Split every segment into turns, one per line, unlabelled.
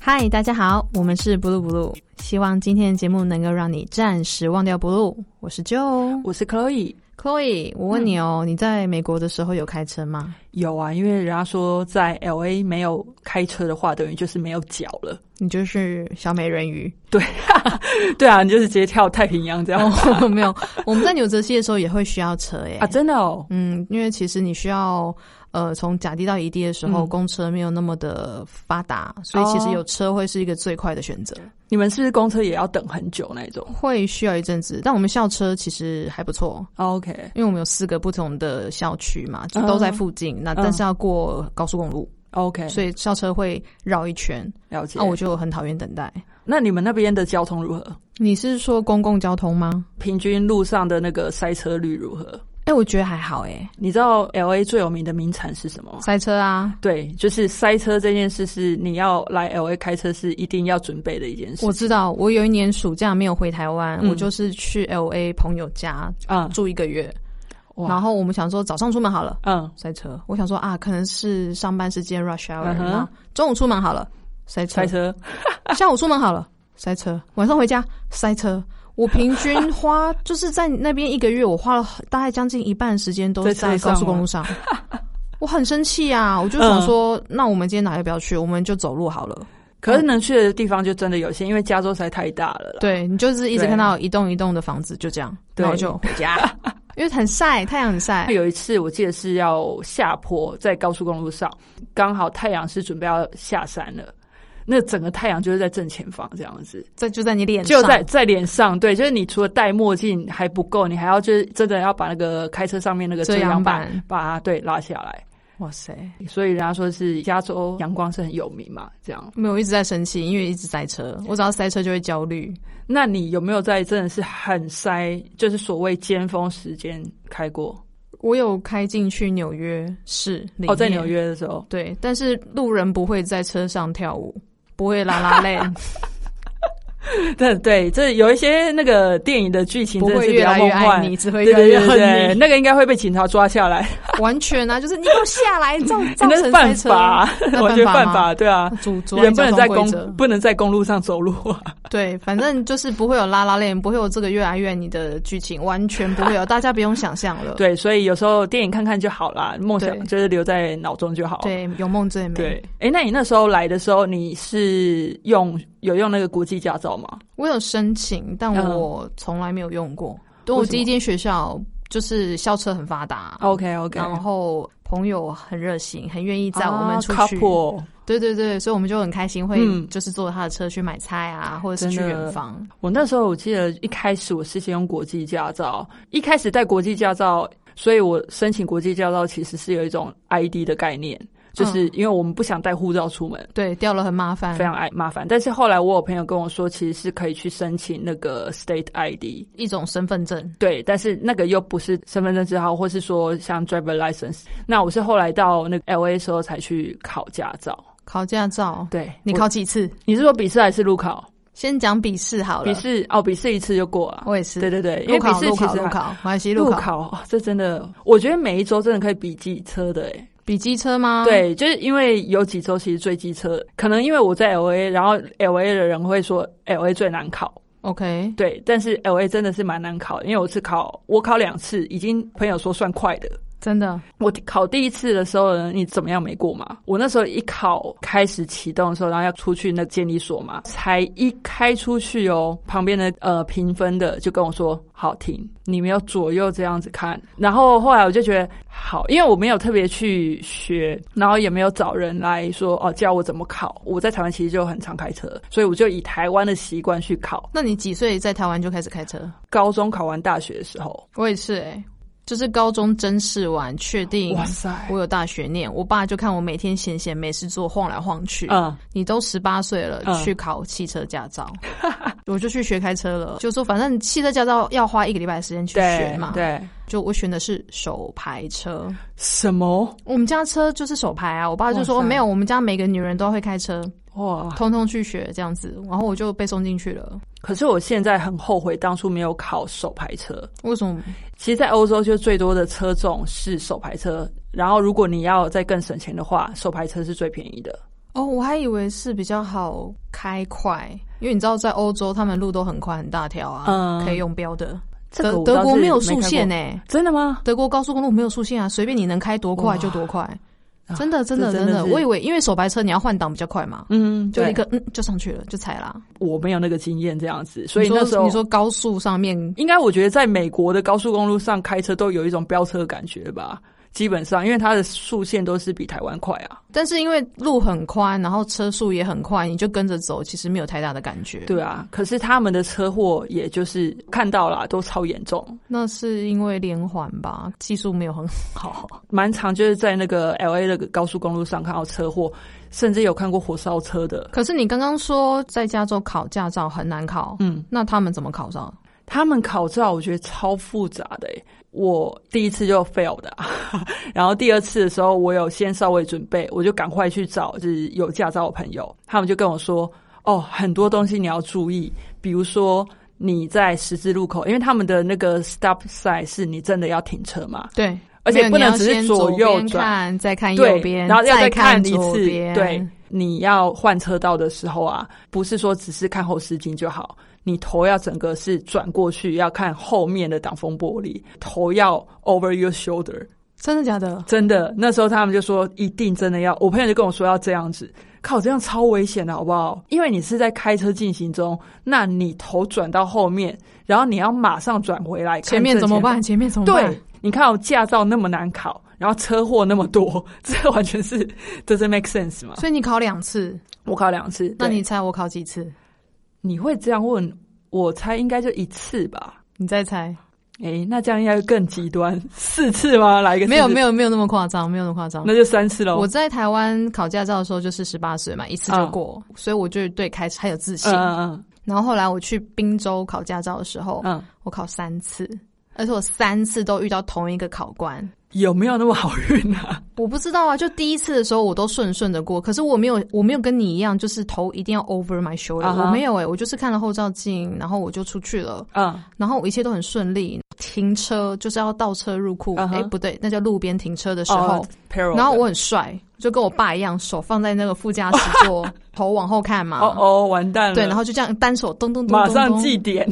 嗨，大家好，我们是 Blue Blue，希望今天的节目能够让你暂时忘掉 Blue。我是 Joe，
我是 Chloe。
Chloe，我问你
嗯
哦，你在美国的时候有开车吗？
有啊，因为人家说在 L A 没有开车的话，等于就是没有脚了。
你就是小美人鱼。
对，对啊，你就是直接跳太平洋这样、
哦，没有，我们在纽泽西的时候也会需要车耶。
啊，真的哦。
嗯，因为其实你需要呃从甲地到乙地的时候，
嗯哦
公车没有那么的发达，所以其实有车会是一个最快的选择。
你们是不是公车也要等很久那一种
会需要一阵子，但我们校车其实还不错。
？OK，
因为我们有四个不同的校区嘛，就都在附近，那但是要过高速公路，
OK，
所以校车会绕一圈，
了解。
那、我就很讨厌等待。
那你们那边的交通如何？
你是说公共交通吗？
平均路上的那个塞车率如何？
哎、我觉得还好哎、
你知道 L A 最有名的名产是什么吗？
塞车啊，
对，就是塞车这件事是你要来 L A 开车是一定要准备的一件事。
我知道，我有一年暑假没有回台湾，
嗯
我就是去 L A 朋友家
嗯
住一个月，
哇
然后我们想说早上出门好了，
嗯，
塞车。我想说啊，可能是上班时间 rush hour，、
嗯哼
那中午出门好了，塞车
塞；车
下午出门好了，塞车；晚上回家塞车。我平均花就是在那边一个月，我花了大概将近一半时间都
在车
在
上
高速
吗
公路 上。我很生气啊！我就想说，那我们今天哪要不要去？我们就走路好了。
可是能去的地方就真的有限，因为加州实在太大了啦。
对你就是一直
对
看到一栋一栋的房子，就这样，
嗯对
然后就回家， 因为很晒，太阳很晒
那。有一次我记得是要下坡，在高速公路上，刚好太阳是准备要下山了，那整个太阳就是在正前方这样子，
这就在你脸上，
就在在脸上。对，就是你除了戴墨镜还不够，你还要就是真的要把那个开车上面那个
遮
遮
阳
阳板
板。
把它对拉下来。
哇塞，
所以人家说是加州阳光是很有名嘛，这样。
没有，我一直在生气，因为一直塞车。我只要塞车就会焦虑。
那你有没有在真的是很塞，就是所谓尖峰时间开过？
我有开进去纽约市里面
哦，在纽约的时候，
对，但是路人不会在车上跳舞，不会拉 拉链，
对对，这有一些那个电影的剧情
不
真的
会
是比
越
较
来越
梦
爱
幻。
你，只会
对
越来
对
越
对
恨
对，
你。
那个应该会被警察抓下来，
完全啊，就是你给我下来， 造造成
那是
塞
犯
车，
法，
那
我觉得
犯
犯
吗
法，对啊，
阻阻碍
人不
交
能
通
在
规
公
则。
不能在公路上走路 啊，
对，反正就是不会有拉拉链，不会有这个越来越爱你的剧情，完全不会有，大家不用想象了。
对，所以有时候电影看看就好啦，梦
对
想就是留在脑中就好。
对，有梦最美。
对，哎，那你那时候来的时候，你是用有用那个国际驾照吗？
我有申请，但
嗯
我从来没有用过。对，
为
我
什么
第一间学校就是校车很发达
OK OK，
哦
啊
然后朋友很热心，很愿意载我们出去。
couple，
对对对，所以我们就很开心，会
嗯
就是坐他的车去买菜啊，或者是去
真的
远方。
我那时候我记得一开始我是先用国际驾照，一开始带国际驾照，所以我申请国际驾照其实是有一种 ID 的概念，就是
嗯
因为我们不想带护照出门。
对，掉了很麻烦
非，常爱麻
嗯
烦，但是后来我有朋友跟我说，其实是可以去申请那个 state ID，
一种身份证。
对，但是那个又不是身份证字号，或是说像 driver license。那我是后来到那个 LA 的时候才去考驾照。
考驾照，
对，
你
我
考几次？
你是说笔试还是路考？
先讲笔试好了
笔。试哦，笔试一次就过了。
我也是，
对对对，因
路
为笔
考
试
路
其
考
实
路
还
考，马来西亚路
路
考，
考哦这真的，我觉得每一周真的可以比机车的诶、欸
比机车吗？，
对，就是因为有几周其实追机车，可能因为我在 L A，然后 L A 的人会说 L A 最难考，
，OK，
对，但是 L A 真的是蛮难考的，因为我是考我考两次，已经朋友说算快的。
真的
我考第一次的时候呢，你怎么样没过嘛？我那时候一考开始启动的时候，然后要出去那监理所嘛，才一开出去哦，旁边的呃评分的就跟我说好停，你们要左右这样子看。然后后来我就觉得好，因为我没有特别去学，然后也没有找人来说哦教我怎么考。我在台湾其实就很常开车，所以我就以台湾的习惯去考。
那你几岁在台湾就开始开车？
高中考完大学的时候，
我也是、哎，就是高中甄试完，确定
哇塞，
我有大学念，我爸就看我每天闲闲没事做，晃来晃去。
嗯，
你都十八岁了，
嗯
去考汽车驾照， 我就去学开车了。就说反正汽车驾照要花一个礼拜的时间去学
对
嘛。，
对，
就我选的是手排车，
什么
我们家车就是手排啊。我爸就说
哇塞
没有，我们家每个女人都会开车，
哇？
通通去学这样子。然后我就被送进去了。
可是我现在很后悔当初没有考手排车。
为什么？
其实，在欧洲就最多的车种是手排车，然后如果你要再更省钱的话，手排车是最便宜的。
哦，我还以为是比较好开快，因为你知道在欧洲他们路都很宽很大条啊，
嗯
可以用标的。
这
德
个我
德
倒
国
是
没有
看
速欸
过
限呢、
真的吗？
德国高速公路没有速限啊，随便你能开多快就多快。真的，真的，
啊这真
真
的
的，
是
我以为因为手排车你要换挡比较快嘛，
嗯，
就
对
一个嗯就上去了，就踩啦。
我没有那个经验这样子，所以
你
那时
说
候
你说高速上面
应该我觉得在美国的高速公路上开车都有一种飙车的感觉吧，基本上因为它的速限都是比台湾快啊。
但是因为路很宽，然后车速也很快，你就跟着走，其实没有太大的感觉。，
对啊，可是他们的车祸也就是看到啦，都超严重，
那是因为连环吧，技术没有 很好。
蛮常就是在那个 L A 的高速公路上看到车祸，甚至有看过火烧车的。
可是你刚刚说在加州考驾照很难考，
嗯，
那他们怎么考上？
他们考照我觉得超复杂的、欸，我第一次就 fail 的、啊， 然后第二次的时候我有先稍微准备，我就赶快去找就是有驾照的朋友，他们就跟我说，哦，很多东西你要注意，比如说。你在十字路口，因为他们的那个 stop sign 是你真的要停车嘛，
对，
而且
没有
不能
你要
只是
先
左右
边
转
看，再看
对
右，边，
然后要
再
看一
左
次，
边
对，你要换车道的时候啊，不是说只是看后视镜就好，你头要整个是转过去，要看后面的挡风玻璃，头要 over your shoulder。
真的假的？
真的，那时候他们就说一定真的要，我朋友就跟我说要这样子，靠，这样超危险的好不好？因为你是在开车进行中，那你头转到后面，然后你要马上转回来，看
前面
正
怎么办？前面怎么办？
对，你看我哦驾照那么难考，然后车祸那么多， 这完全是 doesn't make sense 嘛？
所以你考两次，
我考两次，
那
对
你猜我考几次？
你会这样问？我猜应该就一次吧。
你再 猜？
诶，那这样应该更极端，四次吗？来一个
没有
四次
没，有没有那么夸张，没有那么哦夸张。
那就三次喽
我。在台湾考驾照的时候就是十八岁嘛，一次就过，所以我就对开车很有自信。
嗯嗯
然后后来我去滨州考驾照的时候，
嗯嗯，
我考三次，而且我三次都遇到同一个考官。
有没有那么好 运啊？
我不知道啊，就第一次的时候我都顺顺的过，可是我没有，我没有跟你一样，就是头一定要 over my shoulder，、
啊哈
我没有诶、欸我就是看了后照镜，然后我就出去了，
嗯
然后我一切都很顺利，停车就是要倒车入库，诶，
啊哈
不对，那叫路边停车的时候，
，peril，
然后我很帅，就跟我爸一样，手放在那个副驾驶 座，头往后看嘛。
哦哦完蛋了，
对，然后就这样单手咚咚咚咚
马
咚
上记点，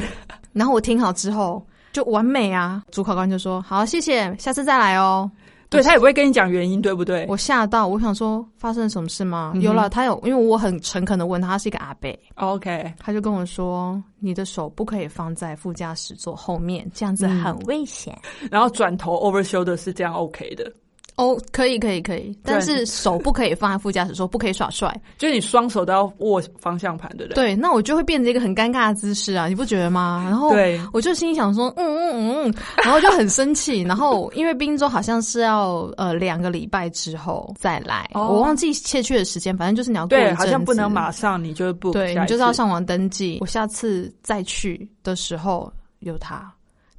然后我听好之后就完美啊！主考官就说：“好，谢谢，下次再来哦。
对他也不会跟你讲原因，对不对”？
我吓到，我想说发生了什么事吗？
嗯哼
有了，他有，因为我很诚恳的问他，他是一个阿伯，
OK，
他就跟我说：“你的手不可以放在副驾驶座后面，这样子
嗯
很危险。
然后转头 over shoulder 是这样 OK 的，
哦，可以，可以，可以，但是手不可以放在副驾驶座，不可以耍帅。
就是你双手都要握方向盘，对不对？
对，那我就会变成一个很尴尬的姿势啊，你不觉得吗？然后
对，
我就心里想说，嗯嗯嗯嗯，然后就很生 气。然后因为滨州好像是要呃两个礼拜之后再来，
哦
我忘记确切的时间，反正就是你要过一
对，
阵子，
好像不能马上你就不
对你就是要上网登记。我下次再去的时候有他，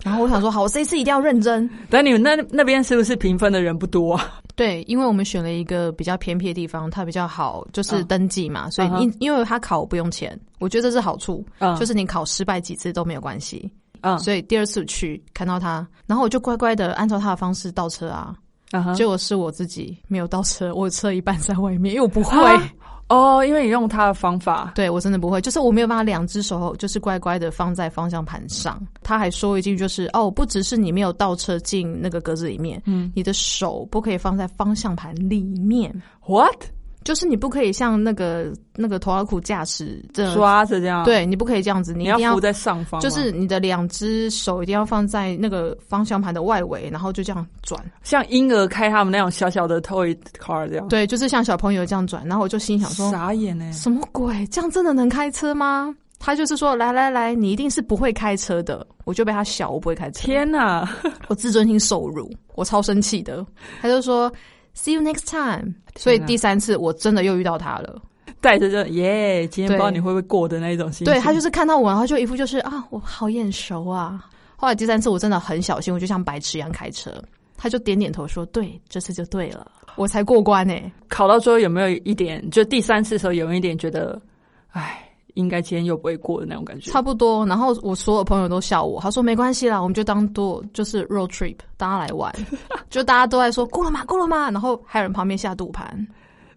然后我想说，好，我这一次一定要认真。
但你们那那边是不是评分的人不多啊？
对，因为我们选了一个比较偏僻的地方，它比较好，就是
嗯
登记嘛，所以
嗯哼
因因为他考不用钱，我觉得这是好处，
嗯
就是你考失败几次都没有关系。
嗯
所以第二次去看到他，然后我就乖乖的按照他的方式倒车啊，
嗯哼
结果是我自己没有倒车，我车一半在外面，因为我不会，
啊哦，因为你用他的方法，
对我真的不会，就是我没有办法两只手就是乖乖的放在方向盘上。他还说一句就是哦，不只是你没有倒车进那个格子里面，
嗯
你的手不可以放在方向盘里面，
，what
就是你不可以像那个那个头拉苦驾驶这，
抓着这样，，
对你不可以这样子，你
你
一定
要
要
扶在上方吗，
就是你的两只手一定要放在那个方向盘的外围，然后就这样转。
像婴儿开他们那种小小的 toy car 这样，
对，就是像小朋友这样转。然后我就心想说，
哦傻眼欸呢，
什么鬼？这样真的能开车吗？他就是说，来来来，你一定是不会开车的。我就被他笑，我不会开车，
天哪，
我自尊心受辱，我超生气的。他就说，See you next time。所
啊
以第三次我真的又遇到他了。
带着这耶，今天不
对
知道你会不会过的那一种心情，
对他就是看到我，然后就一副就是啊，我好眼熟啊。后来第三次我真的很小心，我就像白痴一样开车，他就点点头说：“对，这次就对了，我才过关欸呢、
考到最后有没有一点，就第三次的时候有没有一点觉得，哎，应该今天又不会过的那种感觉，
差不多。然后我所有朋友都笑我，他说没关系啦，我们就当做就是 road trip，大家来玩，就大家都在说过了吗？过了吗？然后还有人旁边下赌盘，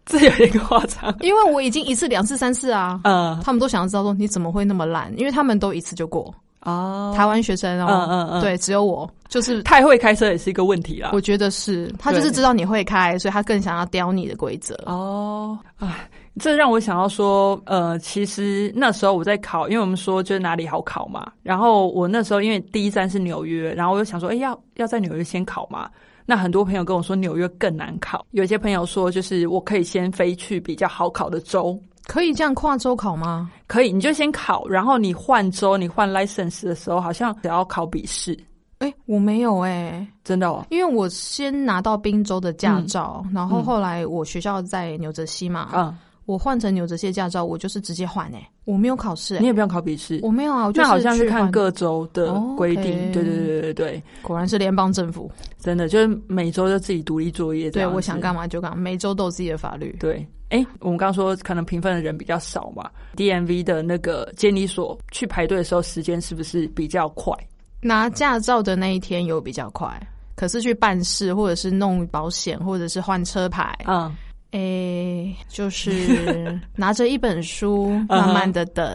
这有点夸张。
因为我已经一次、两次、三次啊，
嗯，
他们都想要知道说你怎么会那么烂，因为他们都一次就过。
哦，
台湾学生
嗯
哦，
嗯嗯，，
对，只有我就是。
太会开车也是一个问题啦。
我觉得是啊他就是
对
知道你会开，所以他更想要刁你的规则。
哦，哎，这让我想到说，呃，其实那时候我在考，因为我们说就是哪里好考嘛。然后我那时候因为第一站是纽约，然后我就想说，哎，要要在纽约先考嘛。那很多朋友跟我说纽约更难考，有些朋友说就是我可以先飞去比较好考的州，
可以这样跨州考吗？
可以你就先考，然后你换州，你换 license 的时候好像只要考笔试，
哎、我没有哎、
真的哦，
因为我先拿到宾州的驾
嗯
照，然后
嗯
后来我学校在纽泽西嘛，
嗯，
我换成纽泽西的驾照，我就是直接换哎、我没有考试哎、
嗯你也不用考笔试
我。没有啊，我就
那好像
是
是
去
看
换，
各州的
哦
规定
OK
对对对对对对。
果然是联邦政府，
真的就是每周就自己独立作业这
对，啊
样子。
我想干嘛就干嘛，每周都有自己的法律。
对，哎，我们刚刚说可能评分的人比较少嘛，DMV 的那个监理所去排队的时候，时间是不是比较快？
拿驾照的那一天有比较快，可是去办事或者是弄保险或者是换车牌，
嗯，
诶、就是 拿着一本书
嗯
慢
哼
慢的等，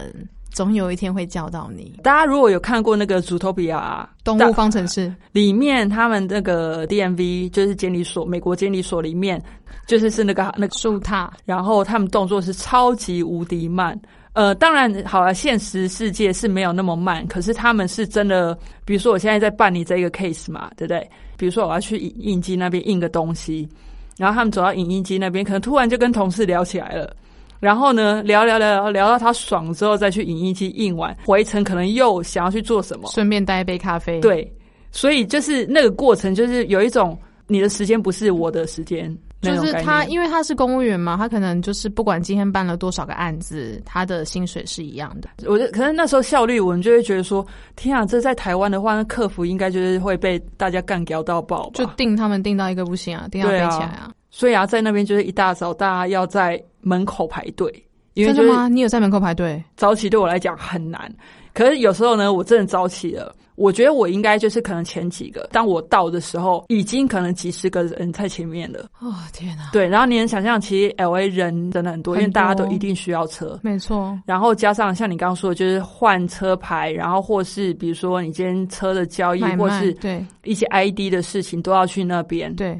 总有一天会叫到你。
大家如果有看过那个《祖托比亚
动物方程式，》，
里面他们那个 DMV 就是监理所，美国监理所里面就是是那个那个
树塔，
然后他们动作是超级无敌慢。呃，当然，好了，现实世界是没有那么慢，可是他们是真的，比如说我现在在办理这个 case 嘛，对不对？比如说我要去影印机那边印个东西，然后他们走到影印机那边，可能突然就跟同事聊起来了。然后呢，聊聊聊聊聊到他爽之后，再去影印机印完，回程可能又想要去做什么，
顺便带一杯咖啡。，
对，所以就是那个过程，就是有一种你的时间不是我的时间，那
就
种
是
概
他，
念
因为他是公务员嘛，他可能就是不管今天办了多少个案子，他的薪水是一样的。
我就可能那时候效率，我们就会觉得说，天啊，这在台湾的话，那客服应该就是会被大家干掉到爆
就
吧。
定他们定到一个不行啊，定要飞
对啊
起来啊！
所以啊，在那边就是一大早，大家要在门口排队，因为
真
就
的
是
吗？你有在门口排队？
早起对我来讲很难。可是有时候呢，我真的早起了，我觉得我应该就是可能前几个，当我到的时候，已经可能几十个人在前面了。
哦，天 哪！
对，然后你能想象，其实 L A 人真的很多，因为
很多
大家都一定需要车。
没错，
然后加上像你刚刚说的，就是换车牌，然后或是比如说你今天车的交易，
买
或
卖
是
对
一些 ID 的事情，都要去那边。
对，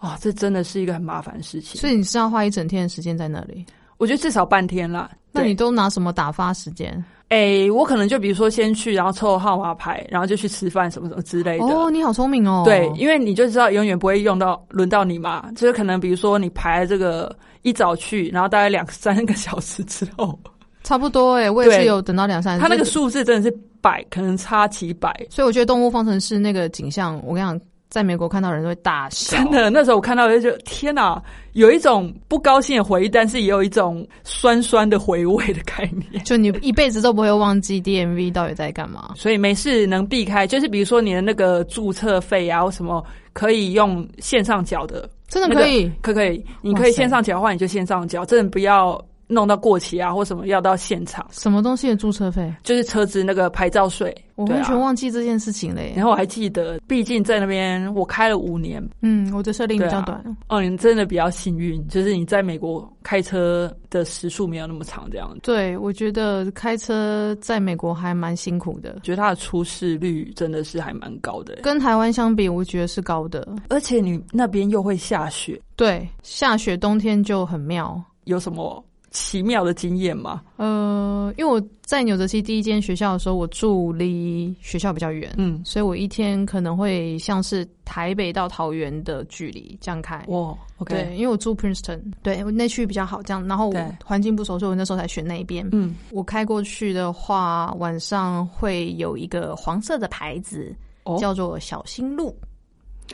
哇、这真的是一个很麻烦的事情。
所以你是要花一整天的时间在那里？
我觉得至少半天啦。
那你
对
都拿什么打发时间？
诶，我可能就比如说先去，然后凑号码牌，然后就去吃饭什么什么之类的。
哦，你好聪明哦！
对，因为你就知道永远不会用到轮到你嘛，就是可能比如说你排这个一早去，然后大概两三个小时之后，
差不多哎，我也是
对
有等到两三。
它那个
就
数字真的是百，可能差几百，
所以我觉得《动物方程式》那个景象，我跟你讲，在美国看到人都会大笑。
真的，那时候我看到我就觉得天哪，有一种不高兴的回忆，但是也有一种酸酸的回味的概念。
就你一辈子都不会忘记 DMV 到底在干嘛。
所以没事能避开，就是比如说你的那个注册费啊，或什么可以用线上缴的，
真的可以，
可不可以？你
哇
可以
塞
线上缴的话，你就线上缴，真的不要弄到过期啊，或什么要到现场，
什么东西的注册费？
就是车子那个牌照税。
我
对
完全
啊。
忘记这件事情了耶。
然后我还记得，毕竟在那边我开了五年
嗯，我的设定比较短，
哦，你真的比较幸运，就是你在美国开车的时速没有那么长，这样子。
对我觉得开车在美国还蛮辛苦的，
觉得它的出事率真的是还蛮高的欸，
跟台湾相比，我觉得是高的。
而且你那边又会下雪，
对，下雪冬天就很妙。
有什么奇妙的经验吗？
呃，因为我在纽泽西第一间学校的时候，我住离学校比较远，
嗯，
所以我一天可能会像是台北到桃园的距离这样开。
哇，OK，
对，因为我住 Princeton，对我那区域比较好，这样，然后我
对
环境不熟，所以我那时候才选那一边。
嗯，
我开过去的话，晚上会有一个黄色的牌子，
哦
叫做“小心路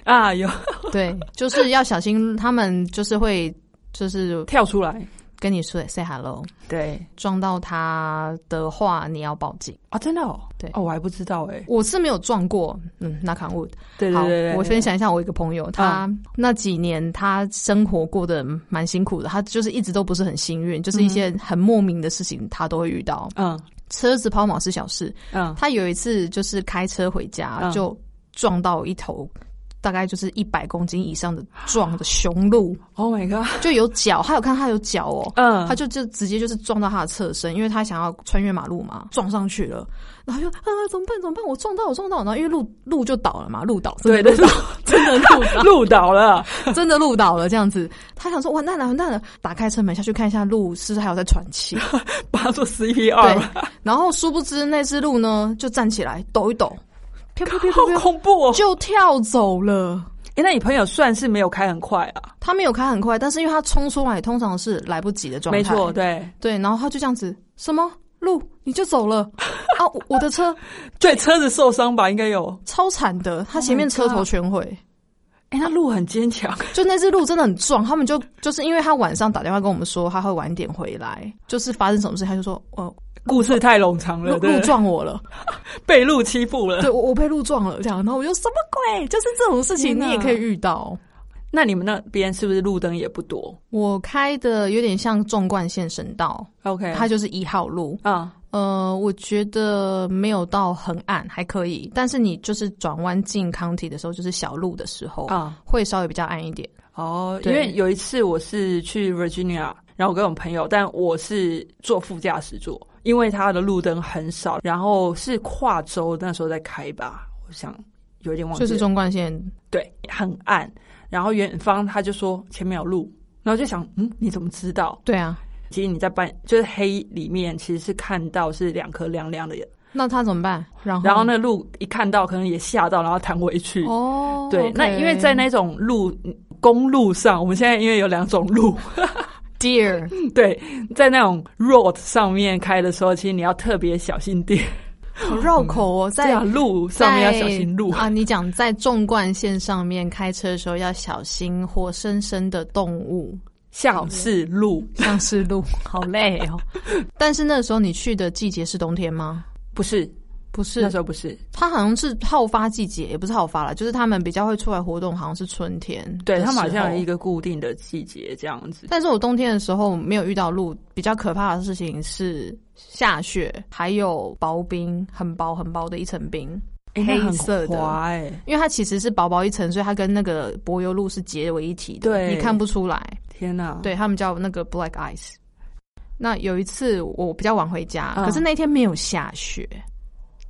啊，有”，
对，就是要小心，他们就是会就是
跳出来，
跟你说 say hello，
对
撞到他的话你要报警。
啊，真的哦，
对
哦，我还不知道哎，
我是没有撞过，嗯，那砍 wood。
对对
好
对对，，
我
对嗯
分，享一下我一个朋友，他那几年他生活过得蛮辛苦的，他就是一直都不是很幸运，就是一些很莫名的事情他都会遇到。
嗯
车子抛锚是小事，
嗯，
他有一次就是开车回家
嗯
就撞到一头大概就是一百公斤以上的壮的雄鹿，
Oh my god！
就有脚，他有看他有脚哦，
嗯
他就就直接就是撞到他的侧身，因为他想要穿越马路嘛，撞上去了，然后就啊怎么办怎么办，我撞到我撞到，然后因为路路就倒了嘛，路倒，真的
对
路
对
倒，真的路倒，
路倒 了，
真的路倒了这样子，他想说完蛋了完蛋了，打开车门下去看一下路是不是还有在喘气，
哦把它做
对
CPR，，
然后殊不知那只鹿呢就站起来抖一 抖，飘飘飘飘
好
飘
恐怖哦！
就跳走了。
哎，那你朋友算是没有开很快啊？
他没有开很快，但是因为他冲出来通常是来不及的状态，
没错，对
对，然后他就这样子，什么路你就走 了啊？我我的车
对，车子受伤吧，应该有。
超惨的，他前面
Oh my
车
God
头全毁
哎，那路很坚强，
就那只鹿真的很壮，他们就就是因为他晚上打电话跟我们说他会晚点回来，就是发生什么事他就说哦
故事太冗长
鹿
了，
鹿
对，
撞我 了，
被路欺负了。
对我我被鹿撞了这样，然后我就什么鬼？就是这种事情
天哪
你也可以遇到。
那你们那边是不是路灯也不多
我开的有点像纵贯线省道，
？OK，
它就是一号路，
啊，
呃，我觉得没有到很暗，还可以。但是你就是转弯进康体的时候，就是小路的时候，
啊
会稍微比较暗一点。
哦，因
对
为有一次我是去 Virginia，然后我跟我朋友，但我是坐副驾驶座，因为它的路灯很少，然后是跨州那时候在开吧，我想有点忘记
就
了，
是纵贯线，
对，很暗，然后远方他就说前面有路，然后就想，嗯，你怎么知道？
对啊。
其实你在半就是黑里面，其实是看到是两颗亮亮的，
那他怎么办？然后，
然后那路一看到可能也吓到，然后弹回去。
哦，
对
OK
那因为在那种路公路上，我们现在因为有两种路，
dear，
对，在那种 road 上面开的时候，其实你要特别小心点。
好绕口哦，
对
在
啊，路上面要小心路
在。啊！你讲在纵贯线上面开车的时候要小心活生生的动物，
像是路，
像是 鹿，好累哦。 但是那时候你去的季节是冬天吗？
不是
不是
那，时候不是，
它好像是好发季节，也不是好发啦，就是他们比较会出来活动，好像是春天。
对他们好像有一
个。
个固定的季节这样子。
但是我冬天的时候没有遇到鹿，比较可怕的事情是下雪，还有薄冰，很薄很薄的一层冰，
欸那
黑
很
色的
滑欸
因为它其实是薄薄一层，所以它跟那个柏油路是结为一体的，
对
你看不出来。
天哪！，
对他们叫那个 black ice。那有一次我比较晚回家，
嗯
可是那天没有下雪，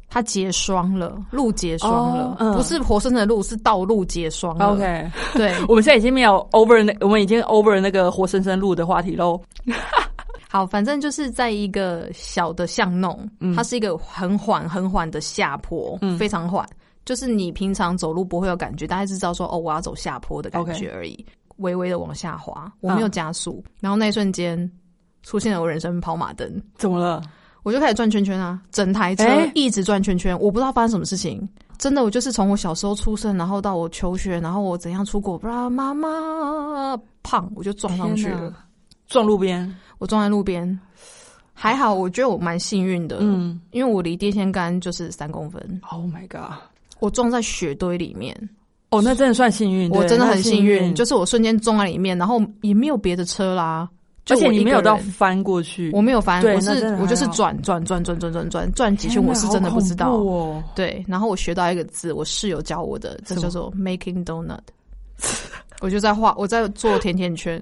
它结霜了，路结霜了，
哦嗯
不是活生生的路，是道路结霜了。
OK，
对，
我们现在已经没有 over 那，我们已经 over 那个活生生录的话题喽。
好，反正就是在一个小的巷弄，
嗯
它是一个很缓很缓的下坡，
嗯
非常缓，就是你平常走路不会有感觉，大概是知道说哦，我要走下坡的感觉而已微微的往下滑，
嗯
我没有加速，然后那一瞬间出现了我人生跑马灯，
怎么了？
我就开始转圈圈啊，整台车
哎
一直转圈圈，我不知道发生什么事情。真的，我就是从我小时候出生，然后到我求学，然后我怎样出国，不知道妈妈胖，我就撞上去
天
了
哪。撞路边。
我撞在路边，还好，我觉得我蛮幸运的，
嗯
因为我离电线杆就是三公分，
，Oh my god！
我撞在雪堆里面，
哦，那真的算幸运，
我
对
真的
那
很幸
运，
运，就是我瞬间撞在里面，然后也没有别的车啦，就
而且
我
你
一
没
个
有到
人。
翻过去，
我没有翻，
嗯对
我
那真
是
的
我就
还
是
好哎
转转转转转转转转几圈，我是真的不知
天哪好
道
恐。怖哦。
对，然后我学到一个字，我室友教我的，这
什么
叫做 making donut。我就在画，我在做甜甜圈。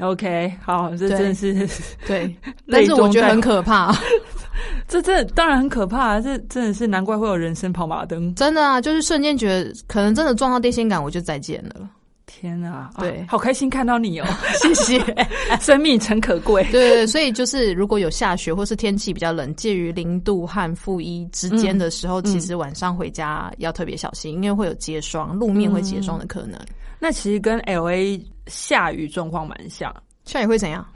OK，好，这
对
真的是，
对，但是我觉得很
泪中
可怕。
带，这这当然很可怕，啊这真的是难怪会有人生跑马灯。
真的啊，就是瞬间觉得可能真的撞到电线杆，我就再见了。
天哪，啊
对
好开心看到你哦，
谢谢。
生命诚可贵。
对对对，所以就是如果有下雪或是天气比较冷，介于零度和负一之间的时候，
嗯
其实晚上回家要特别小心，因为会有结霜，路面会结霜的可能。
那其实跟 LA 下雨状况蛮像。
下雨会怎样？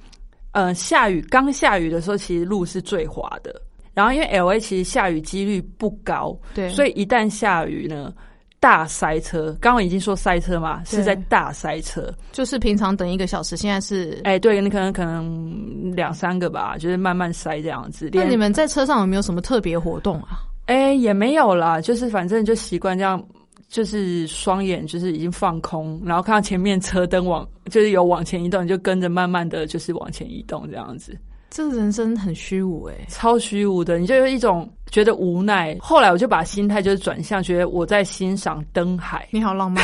呃，下雨刚下雨的时候，其实路是最滑的。然后因为 L A 其实下雨几率不高，
对，
所
以
以一旦下雨呢，大塞车。刚刚已经说塞车嘛，
对
是在大塞车。
就是平常等一个小时，现在是。
哎，对，你可能可能两三个吧，就是慢慢塞这样子。
那
连
你们在车上有没有什么特别活动啊？
哎也没有啦，就是反正就习惯这样。就是双眼就是已经放空，然后看到前面车灯往就是有往前移动，你就跟着慢慢的就是往前移动这样子。
这人生很虚无哎、欸，
超虚无的，你就有一种觉得无奈。后来我就把心态就是转向，觉得我在欣赏灯海。
你好浪 漫，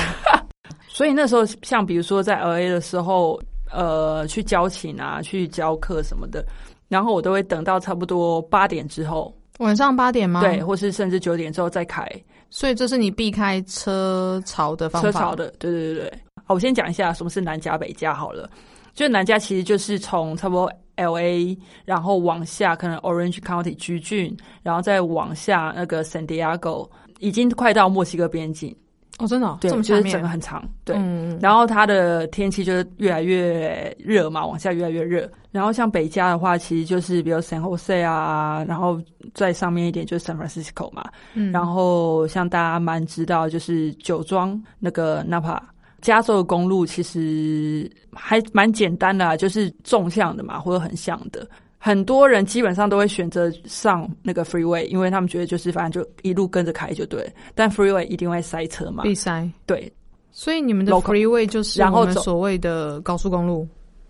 所以那时候像比如说在 L A 的时候，呃，去交情啊，去教课什么的，然后我都会等到差不多八点之后，
晚上八点吗？
对，或是甚至九点之后再开。
所以这是你避开车潮的方法。
车潮的，对对对对。好，我先讲一下什么是南加北加好了。就南加其实就是从差不多 L A，然后往下可能 Orange County 橘郡，然后再往下那个 San Diego，已经快到墨西哥边境。
哦，真的、哦，
对，
这么
就
下
是
面
整个很长，对。
嗯
然后它的天气就是越来越热嘛，往下越来越热。然后像北加的话，其实就是比如 San Jose 啊，然后再上面一点就是 San Francisco 嘛。
嗯，
然后像大家蛮知道，就是酒庄那个 Napa，加州的公路其实还蛮简单的、啊，就是纵向的嘛，或者横向的。很多人基本上都会选择上那个 freeway，因为他们觉得就是反正就一路跟着开就对了。但 freeway 一定会塞车嘛，
闭塞。
对
所以你们的
嗯 Local
freeway 就是
然后
我们
走
所谓的高速公路，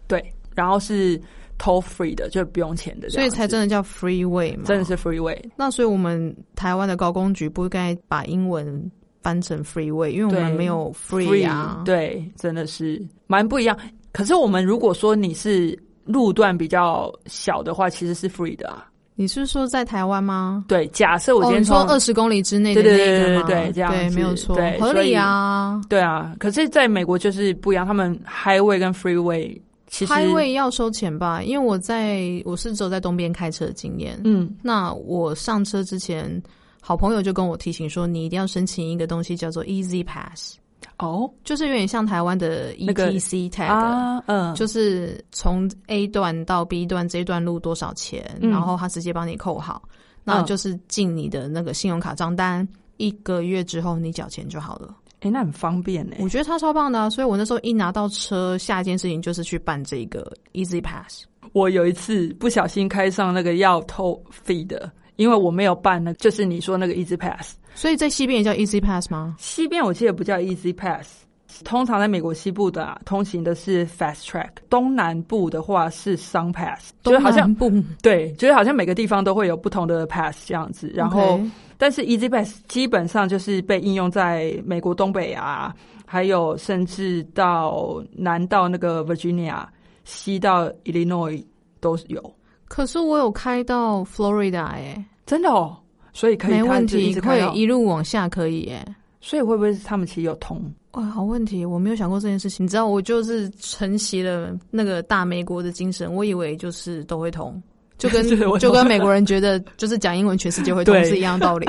对。然后是 toll free 的，就不用钱的这
所以
样子，
才真的叫 freeway 嘛。
真的是 freeway。
那所以我们台湾的高工局不应该把英文翻成 freeway，因为我们
对
没有
free
啊。，
对，真的是蛮不一样。可是我们如果说你是路段比较小的话，其实是 free 的啊。
你是说在台湾吗？
对，假设我今
哦，
天
你
从、
说二十公里之内的那
对对
个吗？
对对对这样子
没有错
对，
合
所以
理啊。
对啊，可是在美国就是不一样，他们 highway 跟 freeway 其实
highway 要收钱吧？因为我在我是只有在东边开车的经验。
嗯
那我上车之前，好朋友就跟我提醒说，你一定要申请一个东西叫做 Easy Pass，
哦
就是有点像台湾的
那个
ETC tag，、
啊嗯
就是从 A 段到 B 段这一段路多少钱，
嗯
然后他直接帮你扣好，那就是进你的那个信用卡账单。一个月之后你缴钱就好了，
哎、那很方便呢、
我觉得他超棒的啊！所以我那时候一拿到车，下一件事情就是去办这个 Easy Pass。
我有一次不小心开上那个要偷 fee 的，因为我没有办那，就是你说那个 Easy Pass。
所以在西边也叫 Easy Pass 吗？
西边我记得不叫 Easy Pass，通常在美国西部的、啊、通行的是 Fast Track，东南部的话是 Sun Pass，就是好像
东南部
对，就是好像每个地方都会有不同的 Pass 这样子。然后
OK
但是 Easy Pass 基本上就是被应用在美国东北啊，还有甚至到南到那个 Virginia，西到 Illinois 都是有，
可是我有开到 Florida 哎、
真的哦。所以可以
没
它
问
就一
题，
直
可
开到
以，一路往下可以哎、
所以会不会是他们其实有通？
哇，好问题，我没有想过这件事情。你知道，我就是承袭了那个大美国的精神，我以为就是都会通，就 跟
就是我
就跟美国人觉得就是讲英文全世界会通
对
是一样的道 理。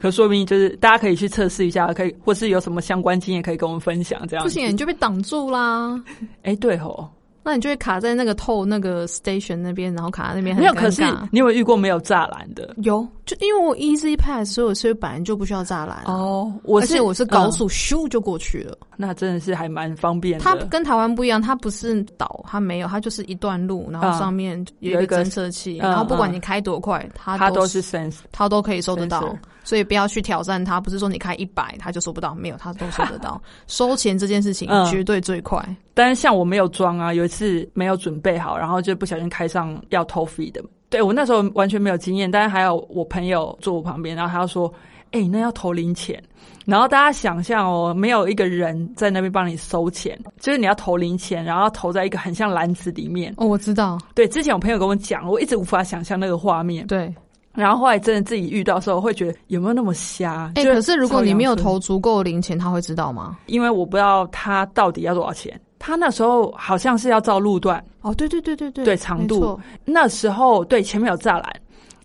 可说明就是大家可以去测试一下，可以或是有什么相关经验可以跟我们分享这样。
不行，你就被挡住啦，
哎、对吼，
那你就会卡在那个透那个 station 那边，然后卡在那边很
没有。
尴
可是
尬。
你有没有遇过没有栅栏的？
有，就因为我 easy pass，所以我所以本来就不需要栅栏、啊。
哦，我
而
是
且我是高、
嗯
速咻就过去了。
那真的是还蛮方便的。
它跟台湾不一样，它不是岛，它没有，它就是一段路，然后
嗯
上面
有
啊有
一
一
个
个侦测器，
嗯
然后不管
嗯
你开多快，它
它
都
都是 sense
它都可以收得到
sensor，
所以不要去挑战它。不是说你开一百它就收不到，没有，它都收得 到。收钱这件事情
嗯
绝对最快，
但是像我没有装啊，有一次没有准备好，然后就不小心开上要偷 fee 的。对我那时候完全没有经验，但是还有我朋友坐我旁边，然后他就说：“哎、那要投零钱。”然后大家想象哦，没有一个人在那边帮你收钱，就是你要投零钱，然后要投在一个很像篮子里面。
哦，我知道，
对，之前我朋友跟我讲，我一直无法想象那个画面。
对。
然后后来真的自己遇到的时候，会觉得有没有那么瞎？
哎、
就
可是如果
超
你没有
阳春
投足够零钱，他会知道吗？
因为我不知道他到底要多少钱。他那时候好像是要照路段，
哦，对对对对对对，
对长
没
度
错
那时候对前面有栅栏，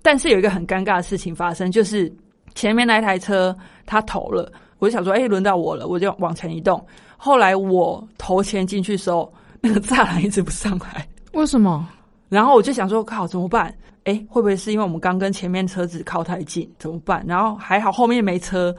但是有一个很尴尬的事情发生，就是前面那一台车他投了，我就想说，哎、轮到我了，我就往前移动。后来我投钱进去的时候，那个栅栏一直不上来，
为什么？
然后我就想说，靠，怎么办？哎、会不会是因为我们刚跟前面车子靠太近，怎么办？然后还好后面没车，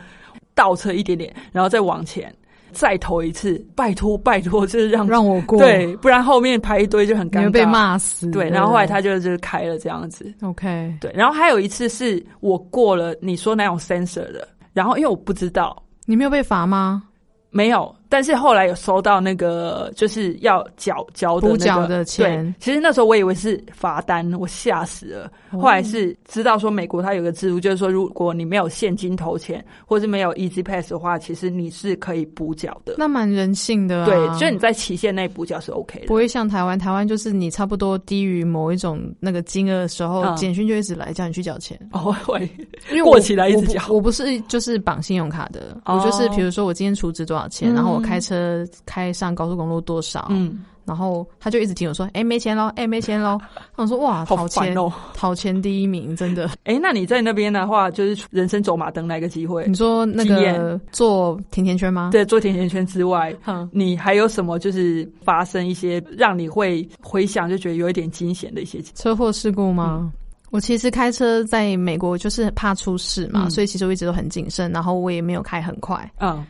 倒车一点点，然后再往前，再投一次，拜托拜托，就是让
让我过，，
对，不然后面排一堆就很
你
尴
会
尬，
被骂死。
对，然后后来他就就是开了这样
嗯
子。
OK，
对，然后还有一次是我过了你说那种 sensor 的，然后因为我不知道，
你没有被罚吗？
没有，但是后来有收到那个就是要缴缴的
补
那
缴
个
的钱
对，其实那时候我以为是罚单，我吓死了。
哦
后来是知道说美国它有个制度，就是说如果你没有现金投钱，或是没有 Easy Pass 的话，其实你是可以补缴的。
那蛮人性的、啊。
对，就是你在期限内补缴是 OK
不
的。
会像台湾，台湾就是你差不多低于某一种那个金额的时候，
嗯
简讯就一直来叫你去缴钱，
哦，会
因为
过
我
期来一直缴
我不我不是就是绑信用卡的，
哦
我就是比如说我今天储值多少钱，
嗯
然后我开车开上高速公路多少，
嗯，
然后他就一直听我说，哎、没钱喽，哎、没钱喽。我说哇， 讨
好烦
钱，
哦。
讨钱第一名，真的。
哎、那你在那边的话，就是人生走马灯来个机会，
你说那
经
个
验
做甜甜圈吗？嗯
对，做甜甜圈之外，
哼，
你还有什么就是发生一些让你会回想就觉得有一点惊险的一些？
车祸事故
嗯
吗？我其实开车在美国就是怕出事嘛，
嗯
所以其实我一直都很谨慎，然后我也没有开很快。
嗯，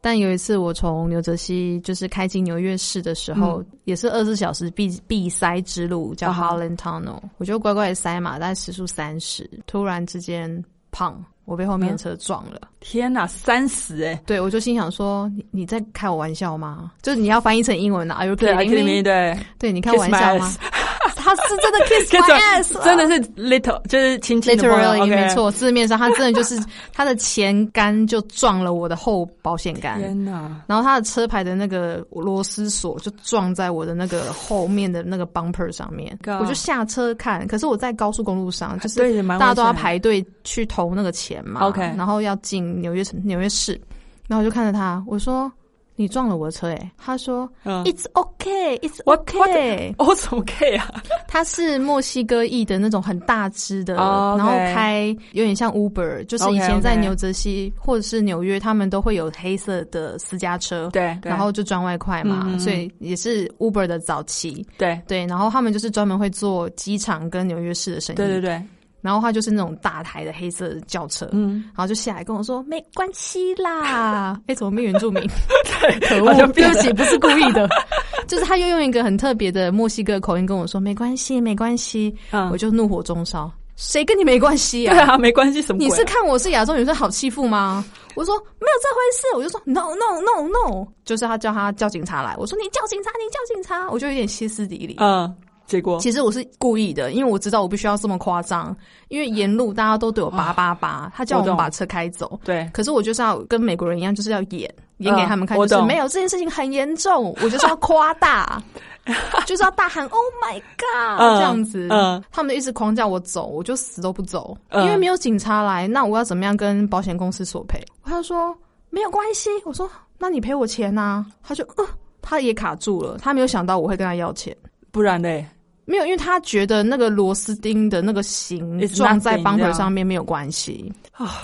但有一次我从纽泽西就是开进纽约市的时候，也是二十四小时必必塞之路，叫
嗯啊哈
Holland Tunnel，、我就乖乖的塞嘛，大概时速三十，突然之间胖，我被后面的车撞了。
天哪，三十哎，
对，我就心想说，你你在开我玩笑吗？就是你要翻译成英文的、啊、，Are you kidding
对啊，
me？
对对，
对，你开玩
Kiss my
笑吗？ 他是真的 kiss
Kiss
my
my-
ass，
真的是 little 就是轻轻的碰到
literally 没
OK。
错，字面上他真的就是 他的前杆就撞了我的后保险杆，
天哪，
然后他的车牌的那个螺丝锁就撞在我的那个后面的那个 bumper 上面
God 啊
我就下车看，可是我在高速公路上，就是
对，蛮
大家都要
危险的。
排队去投那个钱嘛
OK
然后要进纽约城纽约市，然后我就看着他，我说你撞了我的车、欸，他说、
嗯
It's okay, It's
What-
okay。
what- 哦，怎么 K 啊？
它是墨西哥裔的那种很大只的
哦，OK
然后开有点像 Uber，就是以
OK，OK
前在纽泽西或者是纽约，他们都会有黑色的私家车，
对，对
然后就赚外快嘛，
嗯嗯嗯
所以也是 Uber 的早期。
对
对，然后他们就是专门会做机场跟纽约市的生意，
对对对，
然后他就是那种大台的黑色的轿车。
嗯，
然后就下来跟我说没关系 啦，哎、怎么没原住民？可
好
恶，
像
对
变
不
得
起，不是故意的，就是他又用一个很特别的墨西哥口音跟我说没关系，没关系，
嗯
我，就怒火中烧，谁跟你没关系
对
啊？
啊，没关系，什么
你
鬼啊
是看我是亚洲女生好欺负吗？我说没有这回事，我就说 no no no no，就是他叫他叫警察来，我说你叫警察，你叫警察，我就有点歇斯底里。
嗯，结果
其实我是故意的，因为我知道我必须要这么夸张，因为沿路大家都对我叭叭叭，他叫我
我
们
懂
把车开走，
对，
可是我就是要跟美国人一样，就是要演演给他们看，
啊我
就是
懂
没有这件事情很严重，我就是要夸 大，就是要大喊 “Oh my God”、
嗯
这样子。
嗯
他们就一直狂叫我走，我就死都不走，
嗯
因为没有警察来，那我要怎么样跟保险公司索赔？他就说没有关系，我说那你赔我钱呐、他就呃，他也卡住了，他没有想到我会跟他要钱。
不然嘞，
没有，因为他觉得那个螺丝钉的那个形
It's
撞在
nothing，这
bumper
样
上面没有关系，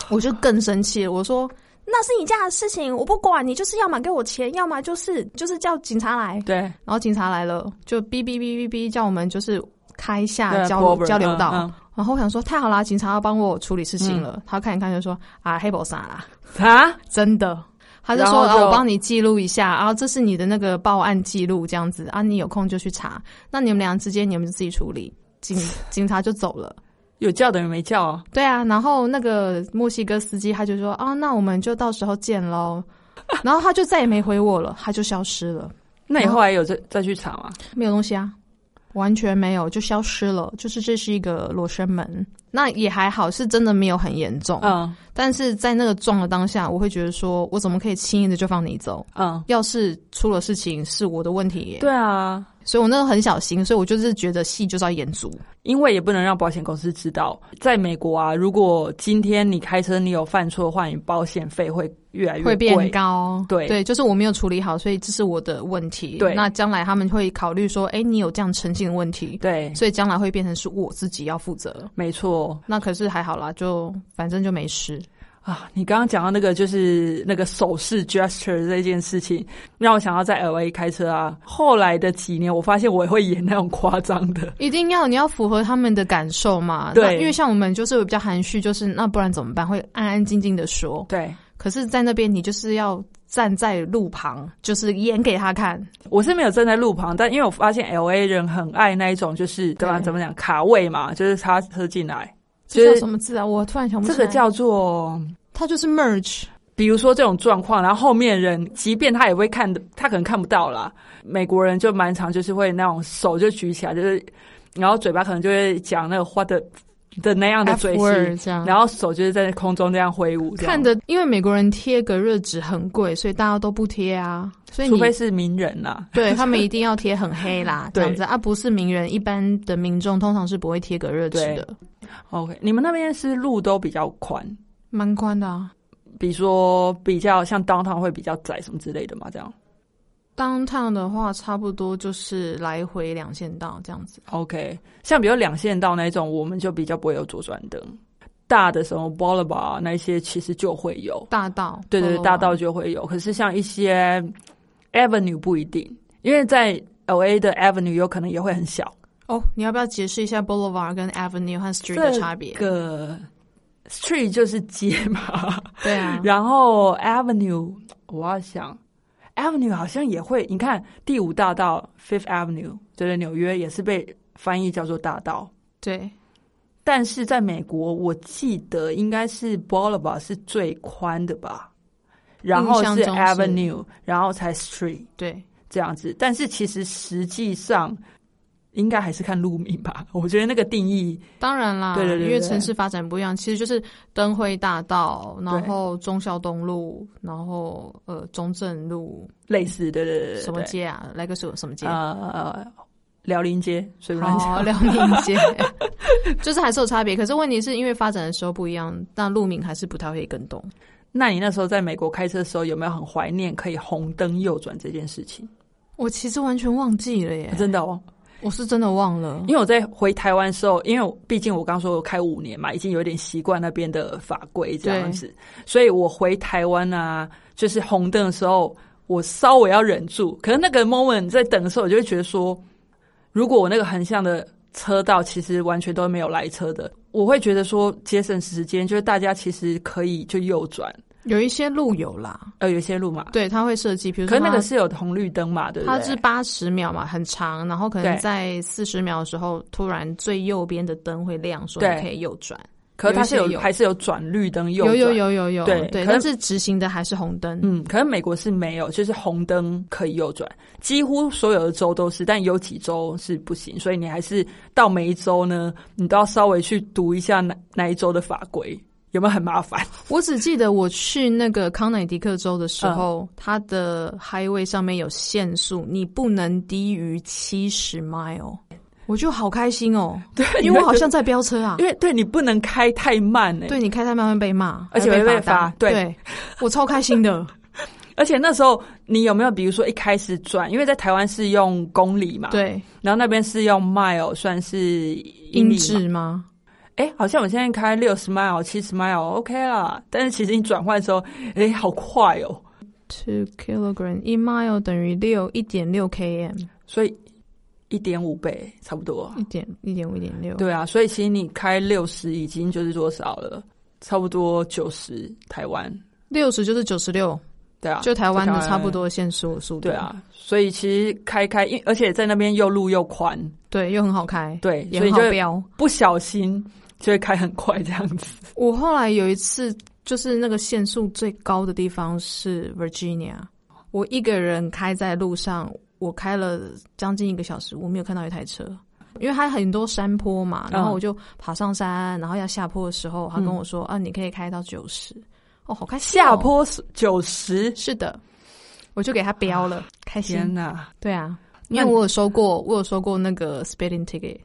我就更生气了。我说那是你家的事情，我不管，你就是要么给我钱，要么就是就是叫警察来。
对，
然后警察来了，就哔哔哔哔哔叫我们就是开下
对
啊交
，Bober，
流交流
嗯
道。
嗯
然后我想说太好啦，警察要帮我处理事情了。他看一看就说啊黑宝啥啦，
啊，
真的。他就
然
说
后
啊，
就
我帮你记录一下，啊，这是你的那个报案记录，这样子啊，你有空就去查。那你们俩之间，你们就自己处理。 警警察就走了，
有叫等于没叫啊。
对啊。然后那个墨西哥司机他就说啊，那我们就到时候见喽。然后他就再也没回我了，他就消失了，
那你后来有再再去查吗？
没有东西啊，完全没有，就消失了。就是这是一个裸身门，那也还好，是真的没有很严重。
嗯
但是在那个撞的当下，我会觉得说我怎么可以轻易的就放你走？
嗯，
要是出了事情是我的问题耶，
对啊，
所以我那时候很小心，所以我就是觉得戏就是要演足。
因为也不能让保险公司知道，在美国啊，如果今天你开车你有犯错的话，你保险费会越来越
会变
贵。
高，
对
对，就是我没有处理好，所以这是我的问题。
对
那将来他们会考虑说，哎，你有这样诚信的问题，
对，
所以将来会变成是我自己要负责。
没错
那可是还好啦，就反正就没事。
啊。你刚刚讲到那个就是那个手势 gesture 这件事情，让我想到在 LA 开车啊。后来的几年，我发现我也会演那种夸张的。
一定要你要符合他们的感受嘛，
对
那因为像我们就是比较含蓄，就是那不然怎么办？会安安静静的说，
对，
可是，在那边你就是要站在路旁，就是演给他看，
我是没有站在路旁，但因为我发现 L A 人很爱那一种，就是对吧？
对
怎么讲卡位嘛，就是他车进来，
这
就
叫
是
什么字啊？我突然想不
这
起来。
个叫做
它就是 merge，
比如说这种状况，然后后面人即便他也会看，他可能看不到啦。美国人就蛮常就是会那种手就举起来，就是然后嘴巴可能就会讲那个话的。的那样的嘴
F word 这
型，
样
然后手就是在空中这样挥舞，这样
看的，因为美国人贴个热纸很贵，所以大家都不贴啊。所以
除
你
非是名人啊啦，
对他们一定要贴很黑啦，这
对
样子啊，不是名人，一般的民众通常是不会贴隔热纸的，
OK，你们那边是路都比较宽，
蛮宽的啊。
比如说比较像 downtown 会比较窄什么之类的嘛，这样。
当趟的话，差不多就是来回两线道这样子。
OK，像比如两线道那一种，我们就比较不会有左转灯。大的什么 Boulevard 那一些其实就会有，
大道，
对对对，
哦
大道就会有。可是像一些 Avenue 不一定，因为在 LA 的 Avenue 有可能也会很小。
哦，你要不要解释一下 Boulevard 跟 Avenue 和 Street 的差别？
个 Street 就是街嘛，
对啊，
然后 Avenue，我要想 Avenue 好像也会，你看第五大道 Fifth Avenue，就是纽约也是被翻译叫做大道，
对，
但是在美国，我记得应该是 Boulevard 是最宽的吧，然后
印象
是
中是
Avenue，然后才 Street
对，
这样子，但是其实实际上。应该还是看路名吧， 我觉得那个定义
当然啦，
对对对对
因为城市发展不一样，其实就是灯辉大道，然
对
后忠孝东路，然后呃中正路，
类似，对对对对，
什么
对
街啊？来个什么什么街？
呃，辽宁街，随便乱
好，
讲。
辽宁街，就是还是有差别。可是问题是因为发展的时候不一样，那路名还是不太会跟动。
那你那时候在美国开车的时候，有没有很怀念可以红灯右转这件事情？
我其实完全忘记了耶，
真的哦，
我是真的忘了。
因为我在回台湾的时候，因为我毕竟我刚说我开五年嘛，已经有点习惯那边的法规这样子，所以我回台湾啊，就是红灯的时候，我稍微要忍住。可是那个 moment 在等的时候，我就会觉得说，如果我那个横向的车道其实完全都没有来车的，我会觉得说节省时间，就是大家其实可以就右转。
有一些路有啦，
呃，有些路嘛，
对，它会设计，比如
可
说
是那
它
个是有红绿灯嘛，对不对？
它是八十秒嘛，很长，然后可能
对
在四十秒的时候，突然最右边的灯会亮，说
对
你可以右转。
可是它是
有一
有
些有
还是有转绿灯右
有
转。
有有有有，
对可
但
是
是执行的还是红灯。
嗯，可是美国是没有，就是红灯可以右转，几乎所有的州都是，但有几州是不行，所以你还是到每一州呢，你都要稍微去读一下哪哪一州的法规，有没有很 麻烦？
我只记得我去那个康乃狄克州的时
嗯
候，它的 highway 上面有限速，你不能低于七十 mile。我就好开心哦，
对，
因为我好
你会觉
像在飙车啊
得，。因为 对你不能开太慢呢、
对你开太慢会被骂，
而且
还
会
被
被
罚
罚
单。
对
我超开心 的。
而且那时候你有没有，比如说一开始转，因为在台湾是用公里嘛，，
对，
然后那边是用 mile，算是
音
英里嘛
质吗？
哎，好像我现在开六十 mile、七十 mile，OK、啦。但是其实你转换的时候，哎，好快哦。
Two kilogram 一 mile 等于六一点六 km，
所以一点五倍差不多。啊
一点一点五一点六。
对啊，所以其实你开六十已经就是多少了？差不多九十台湾。
六十就是九十六，
对啊，
就台湾的
就台湾
差不多限速速度。
对，啊，所以其实开开，因而且在那边又路又宽，
对，又很好开，
对，
也
所以
很
就
好
会
飙。
不小心就会开很快这样 子。
我后来有一次，就是那个限速最高的地方是 Virginia，我一个人开在路上，我开了将近一个小时，我没有看到一台车，因为它很多山坡嘛，
嗯
然后我就爬上山，然后要下坡的时候，他跟我说、啊，你可以开到九十，哦，好开心哦、
下坡九十，
是的，我就给他标了，开
天
心。
哪！
对啊，因
那
为
你
我有收过，我有收过那个 speeding ticket。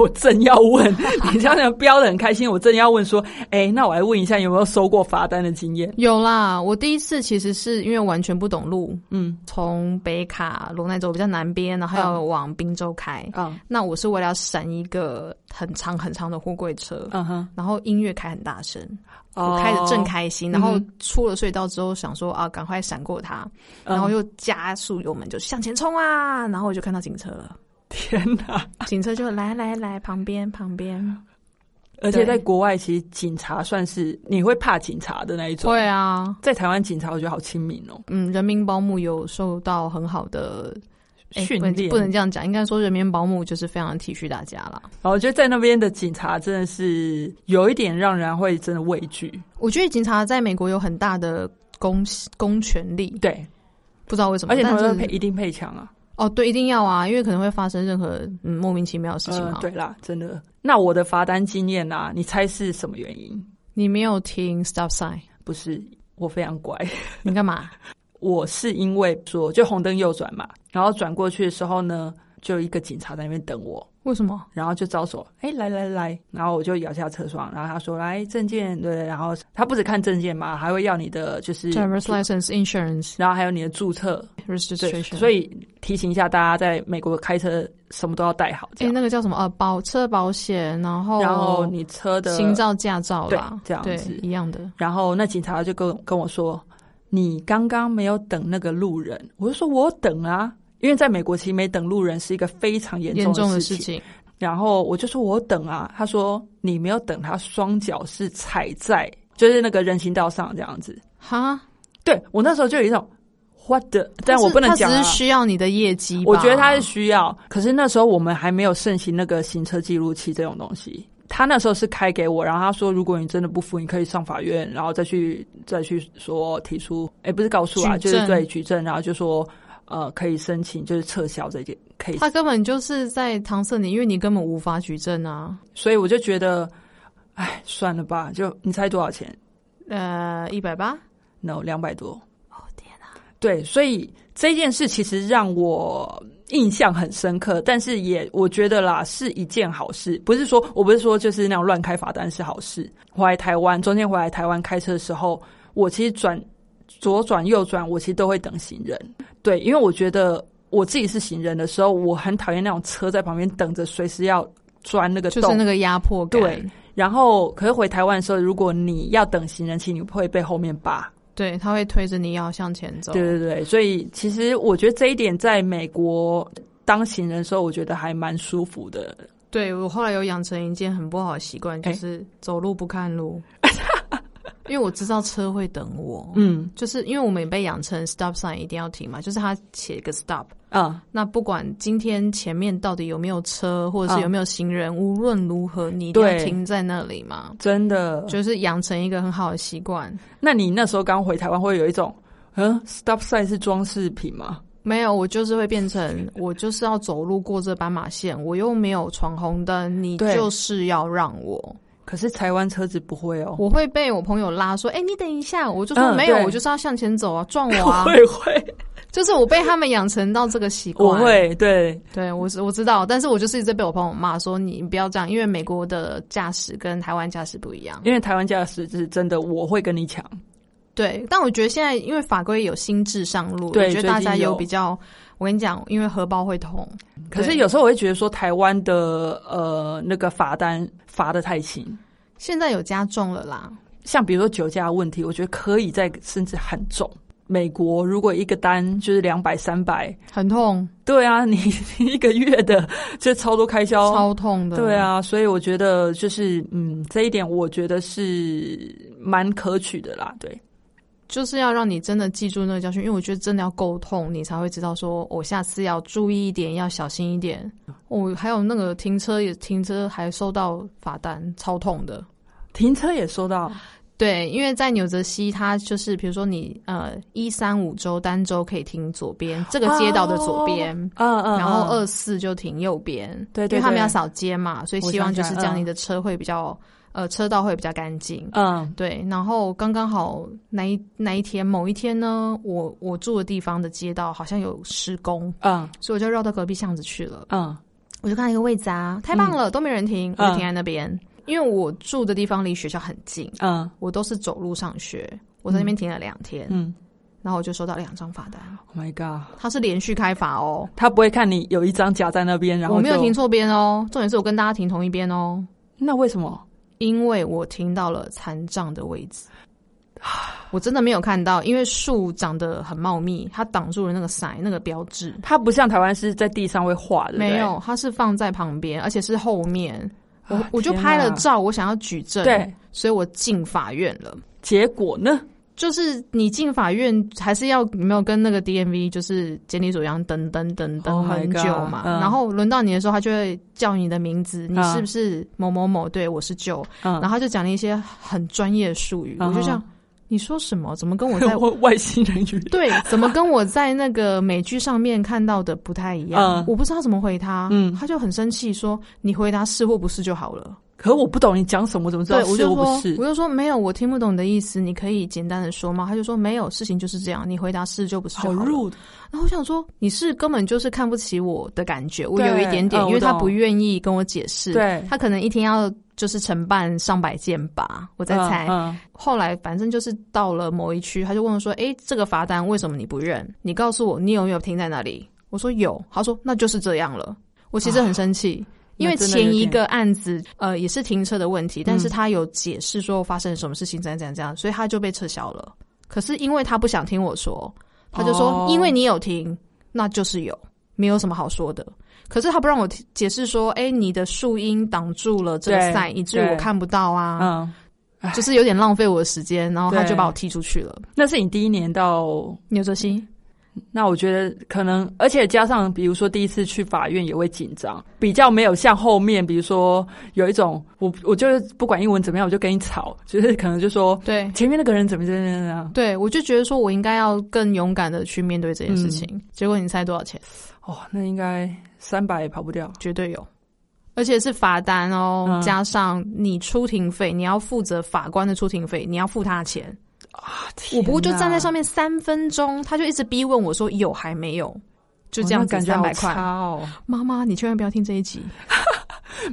我正要 问，你这样讲飙的很开心，我正要问说，哎、那我来问一下有没有收过罚单的经验？
有啦，我第一次其实是因为完全不懂路，
嗯
从北卡罗奈州比较南边，然后要往宾州开。
啊
那我是为了要闪一个很长很长的货柜车，
嗯哼，
然后音乐开很大声，
哦
我开的正，开心，然后
嗯
出了隧道之后想说啊，赶快闪过它，
嗯
然后又加速油门就向前冲啊，然后我就看到警车了，
天哪！
警车就来来来旁边旁边，
而且在
对
国外，其实警察算是你会怕警察的那一种。
对啊，
在台湾，警察我觉得好亲民哦，
嗯，人民保姆有受到很好的诶
训
不能
练
不能这样讲，应该说人民保姆就是非常体恤大家啦。
然后我觉得在那边的警察真的是有一点让人会真的畏惧。
我觉得警察在美国有很大的公公权力，
对，
不知道为什么，
而且他
但
们
是
都配一定配枪啊，
哦，对，一定要啊，因为可能会发生任何嗯莫名其妙的事情
嗯
嘛。，
对啦，真的。那我的罚单经验啊，你猜是什么原因？
你没有听 stop sign，
不是，我非常乖，
你干嘛？
嗯我是因为说就红灯右转嘛，然后转过去的时候呢，就一个警察在那边等我，
为什么？
然后就招手，哎、来来来，然后我就摇下车窗，然后他说来证件，对，然后他不只看证件嘛，还会要你的就是，
driver's license, insurance,
然后还有你的注册，对，
registration。
所
以，
以提醒一下大家，在美国开车什么都要带好，
哎，
这样，
那个叫什么？呃，保车保险，然后
然后你车的
行照驾照啦，
对这样
对
子
一样的。
然后那警察就跟跟我说：“你刚刚没有等那个路人。”我就说：“我有等啊，因为在美国其实没等路人是一个非常严
严重
重
的
的
事
事。
情，
然后我就说：“我有等啊。”他说：“你没有等，他双脚是踩在就是那个人行道上这样子。
哈，
对”我那时候就有一种 what the，但
他
我
是
不能
他
讲、啊
只是。需要你的业绩吧。
我觉得他是需要，可是那时候我们还没有盛行那个行车记录器这种东西。他那时候是开给我，然后他说，如果你真的不服，你可以上法院，然后再去再去说提出，哎，不是告诉啊，
举
就
证
是对举证，然后就说，呃，可以申请就是撤销这件 case。
他根本就是在搪塞你，因为你根本无法举证啊。
所以我就觉得，哎，算了吧，就你猜多少钱
呃，一百八，
？no，两百多。哦天哪！对，所以这件事其实让我印象很深刻，但是也我觉得啦，是一件好事。不是说我不是说就是那种乱开罚单是好事。回来台湾，中间回来台湾开车的时候，我其实转左转右转，我其实都会等行人。对，因为我觉得我自己是行人的时候，我很讨厌那种车在旁边等着，随时要钻那个
就
洞。
是那个压迫感。
对然后，可是回台湾的时候，如果你要等行人，其实你会被后面扒。
对，他会推着你要向前走。
对对对，所以其实我觉得这一点在美国当行人的时候，我觉得还蛮舒服的。
对我后来有养成一件很不好的习惯，就
哎
是走路不看 路，因为我知道车会等我。
嗯
就是因为我们也被养成 stop sign 一定要停嘛，就是他写一个 stop，
啊，
那不管今天前面到底有没有车，或者是
嗯
有没有行人，无论如何你一定要
对
停在那里嘛，
真的。
就是养成一个很好的习惯。
那你那时候刚回台湾，会有一种嗯，stop sign 是装饰品吗？
没有，我就是会变成我就是要走路过这斑马线，我又没有闯红灯，你
对
就是要让我。
可是台湾车子不会哦。
我会被我朋友拉说：“哎、你等一下。”我就说：“
嗯
没有，
对
我就是要向前走啊， 撞我啊
会会，！”
就是我被他们养成到这个习惯。
我，会对
对我知我知道，但是我就是一直被我朋友骂说：“你不要这样，因为美国的驾驶跟台湾驾驶不一样。
因为台湾驾驶是真的，我会跟你抢。”
对，但我觉得现在因为法规有新制上路，
对
我觉得大
最近
家
有
比较，我跟你讲，因为荷包会痛。
可是
对
有时候我会觉得说，台湾的呃那个罚单罚的太轻。
现在有加重了啦，
像比如说酒驾的问题，我觉得可以再甚至很重。美国如果一个单就是两百三百，
很痛。
对啊，你 你一个月的这超多开销，
超痛的。
哦对，啊，所以我觉得就是嗯，这一点我觉得是蛮可取的啦，对，
就是要让你真的记住那个教训，因为我觉得真的要够痛，你才会知道说，我下次要注意一点，要小心一点。我、还有那个停车也停车还收到罚单，超痛的。
停车也收到，
对，因为在纽泽西，它就是比如说你呃一三五州单州可以停左边这个街道的左边，
啊嗯 嗯，
然后
嗯
二四就停右边，
对对
因为他们
对
要扫街嘛，所以
我
希望就
想起来
是这样，
嗯
你的车会比较、呃车道会比较干净。
嗯
对，然后刚刚好那一那一天某一天呢，我我住的地方的街道好像有施工，
嗯
所以我就绕到隔壁巷子去了。
嗯
我就看到一个位置啊，太棒了，都没人停，我就
嗯
停在那边。因为我住的地方离学校很近，
嗯
我都是走路上学。我在那边停了两天，
嗯
然后我就收到两张罚单，
，Oh my god，
它是连续开罚哦，
他不会看你有一张夹在那边，然后
我没有
就
停，错边哦，重点是我跟大家停同一边哦，
那为什么？
因为我停到了残障的位置，我真的没有看到，因为树长得很茂密，它挡住了那个伞那个标志。
它不像台湾是在地上会画的，
没有，它是放在旁边，而且是后面。我我就拍了
照，
照，我想要举证，
啊对，
所以我进法院了。
结果呢？
就是你进法院还是要有没有跟那个 DMV 就是监理组一样等等等等
Oh my
很
God，
久嘛
嗯
然后轮到你的时候，他就会叫你的名字，你
嗯
是不是某某某？对我是舅，
嗯
然后他就讲了一些很专业的术语，
嗯
我就这样你说什么？怎么跟我 在
外外星人 语录，
对，怎么跟我在那个美剧上面看到的不太一样？
嗯
我不知道怎么回他，
嗯
他就很生气说：“你回答是或不是就好了。
可我不懂你讲什么，我怎么”知
对
道，
我
是
就
或
说
不，是
我？就说没有，我听不懂你的意思，你可以简单的说吗？他就说没有，事情就是这样，你回答是就不是就
好
好了。
rude，
然后我想说，你是根本就是看不起我的感觉，我有
对
一点点，
嗯
因为
我
他
懂
不愿意跟我解释，
对
他可能一天要就是承办上百件吧，我在猜。
嗯嗯
后来反正就是到了某一区，他就问我说：“诶，这个罚单为什么你不认？你告诉我，你有没有停在那里？”我说有，他说那就是这样了。我其实很生气。因为
哦那真的有
前一
点嗯
个案子，呃，也是停车的问题，但是他有解释说发生了什么事情，怎样怎样怎样，所以他就被撤销了。可是因为他不想听我说，他就说、
哦
因为你有停，那就是有，没有什么好说的。可是他不让我提解释说，哎，你的树荫挡住了这个
对
sign，以至于我
对
看不到啊。
嗯，
就是有点浪费我的时间，然后他
对
就把我踢出去了。
那是你第一年到
牛哲熙，
那我觉得可能，而且加上比如说第一次去法院也会紧张，比较没有像后面，比如说有一种我我就是不管英文怎么样，我就跟你吵， 就是可能就说
对
前面那个人怎么怎么怎么样，
对，我就觉得说我应该要更勇敢的去面对这件事情。结果你猜多少钱？
哦，那应该三百也跑不掉。
绝对有，而且是罚单哦，
嗯
加上你出庭费，你要负责法官的出庭费，你要付他的钱。我不过就站在上
面
面三分钟，他就一直逼问我说有还没有，就这样子
感觉
三
好
百
差
块。
哦。
妈妈，你千万不要听这一集。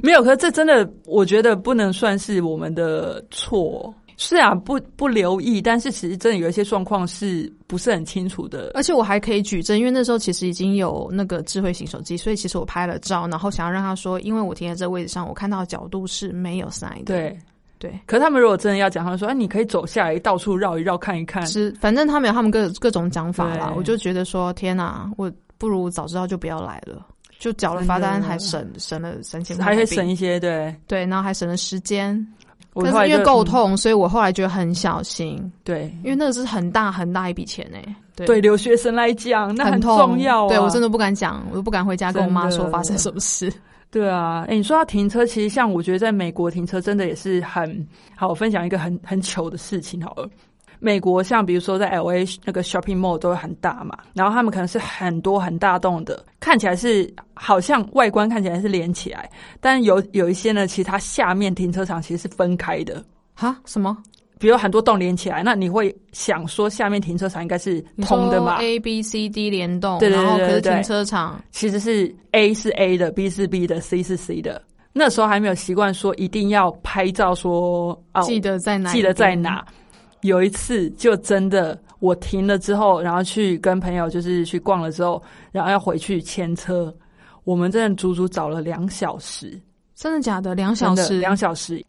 没有，可是这真的，我觉得不能算是我们的错。是啊，不不留意，但是其实真的有一些状况是不是很清楚的。
而且我还可以举证，因为那时候其实已经有那个智慧型手机，所以其实我拍了照，然后想要让他说，因为我停在这位置上，我看到的角度是没有 sign 的。
对，
对，
可是他们如果真的要讲，他们说：“哎、你可以走下来，到处绕一绕，看一看。
是反正他们有他们各各种讲法啦，
对
我就觉得说，天哪、我不如早知道就不要来了。就缴了罚单，
真的
还省省了三千”块，
还可以省一些，对。
对，然后还省了时间。
我
可
后来
是因为
就
够
嗯
痛，所以我后来觉得很小心，
对
因为那个是很大很大一笔钱诶、欸对
对，留学生来讲，那
很痛
重要、啊。
对我真的不敢讲，我都不敢回家跟我妈
真的
说发生什么事。
对啊。哎、你说到停车，其实像我觉得在美国停车真的也是很好。我分享一个很很糗的事情好了。美国像比如说在 L A 那个 shopping mall 都很大嘛，然后他们可能是很多很大栋的，看起来是好像外观看起来是连起来，但有有一些呢，其实它下面停车场其实是分开的，
哈？什么？
比如很多栋连起来，那你会想说下面停车场应该是
你
通的
说
嘛？
A B C D 联动，
对对对
然后可
对
是
对
停车场
其实是 A 是 A 的，B 是 B 的，C 是 C 的。那时候还没有习惯说一定要拍照说啊，
记得在哪？
记得在哪。。有一次就真的我停了之后，然后去跟朋友就是去逛了之后，然后要回去牵车，我们真的足足找了两小时。
真的假的？两小
真的
时？
两小时。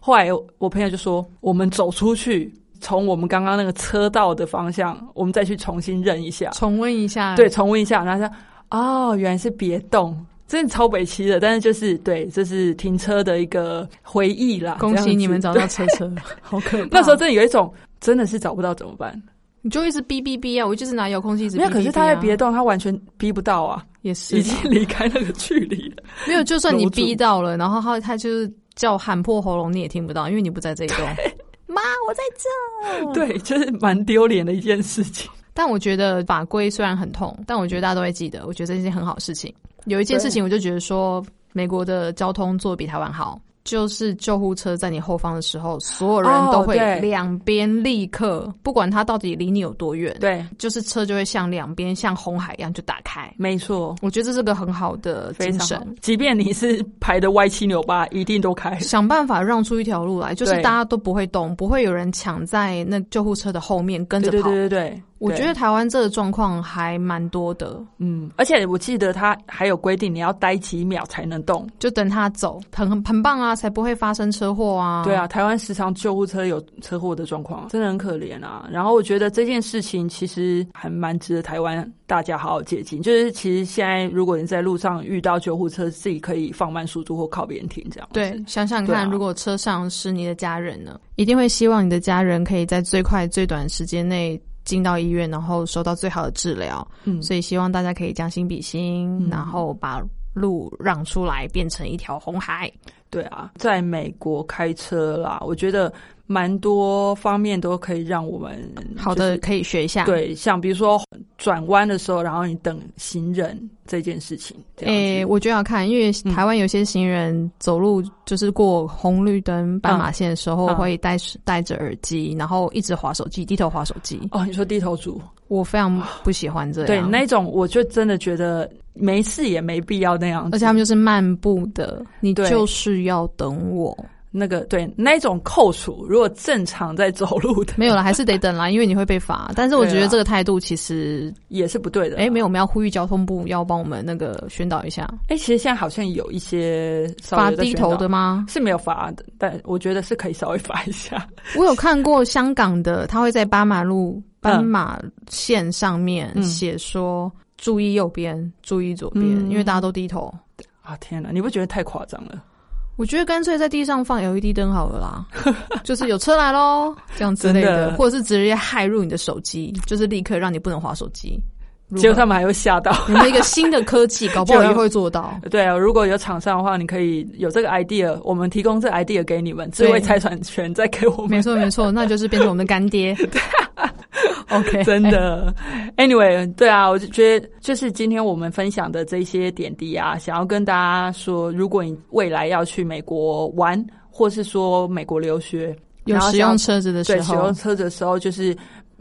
后来我朋友就说，我们走出去，从我们刚刚那个车道的方向，我们再去重新认一下，
重温一下。
对，，重温一下。然后他说，哦，原来是别动。真的超北齐的，但是就是对，这是停车的一个回忆啦。
恭喜你们
这
找
样子
到车车，好可怕。
那时候真的有一种，真的是找不到怎么办？
你就一直哔哔哔啊，我就是拿遥控器一直哔
没
哔哔啊。
有，可是他在别动，他完全逼不到啊，
也是
已
啦
经离开那个距离 了。
没有，就算你
楼主
逼到了，然后他他就是叫喊破喉咙，你也听不到，因为你不在这一栋。妈，我在这。，
对，就是蛮丢脸的一件 事情。
但我觉得法规虽然很痛，但我觉得大家都会记得。我觉得这是一件很好的事情。有一件
对
事情，我就觉得说，美国的交通做得比台湾好，就是救护车在你后方的时候，所有人
哦
都会
对
两边立刻，不管它到底离你有多远，
对，
就是车就会向两边像红海一样就打开。
没错。
我觉得这是个很好的
非
精
常好
神。，
即便你是排的歪七扭八，一定都开。
想办法让出一条路来，就是
对
大家都不会动，不会有人抢在那救护车的后面跟着
对对
跑。
对对对，
我觉得
对，
台湾这个状况还蛮多的，
嗯，而且我记得他还有规定，你要待几秒才能动。
就等他走，很很很棒啊，才不会发生车祸啊。
对啊，，台湾时常救护车有车祸的状况，真的很可怜啊。然后我觉得这件事情其实还蛮值得台湾大家好好借鉴，就是其实现在如果你在路上遇到救护车，自己可以放慢速度或靠边停这样。
对，，想想
对
看，
啊
如果车上是你的家人呢，一定会希望你的家人可以在最快最短时间内。进到医院，然后收到最好的治疗，
嗯，
所以希望大家可以将心比心，
嗯
然后把路让出来，变成一条红海。
对啊，在美国开车啦，我觉得蛮多方面都可以让我们
好
嗯就是
的，可以学一下。，
对，像比如说转弯的时候，然后你等行人这件事情，这样
诶、
子
我觉得要看，因为
嗯
台湾有些行人走路就是过红绿灯、斑马线的时候，
嗯
会戴戴着耳机，然后一直划手机，低头划手机。
哦，你说低头族，
我非常不喜欢这样。
对那种，我就真的觉得没事也没必要那样子，
而且他们就是漫步的，你
对
就是要等我。
那个对那种扣除，如果正常在走路的
没有了，还是得等啦，因为 你会被罚。但是我
对啊
觉得这个态度其实，
也是不对的。啊
哎、没
有，
有，我们要呼吁交通部要帮我们那个宣导一下，
哎，其实现在好像有一些稍微
罚
有在
低
宣导
头的吗？
是没有罚的，但我觉得是可以稍微罚一下。
我有看过香港的，他会在斑马路、斑
嗯
马线上面
嗯
写说。注意右边，注意左边，
嗯
因为大家都低头。
啊天哪，你不觉得太夸张了？
我觉得干脆在地上放 LED 灯好了 啦，就是有车来喽，这样之类
真
的，
的
或者是直接骇入你的手机，就是立刻让你不能划手机。如
结果
何
他们还会吓到。
有没有一个新的科技，搞不好
结果
也
他们
会做到。
对啊，如果有厂商的话，你可以有这个 idea，我们提供这个 idea 给你们，智慧财产权再给我
没
们。
错没错，那就是变成我们的干 爹。OK，
真的，anyway，对啊，我就觉得就是今天我们分享的这些点滴啊，想要跟大家说，如果你未来要去美国玩，或是说美国留学，
有
然后
使
像
用车子的时
对，使
候
用，车子的时候就是。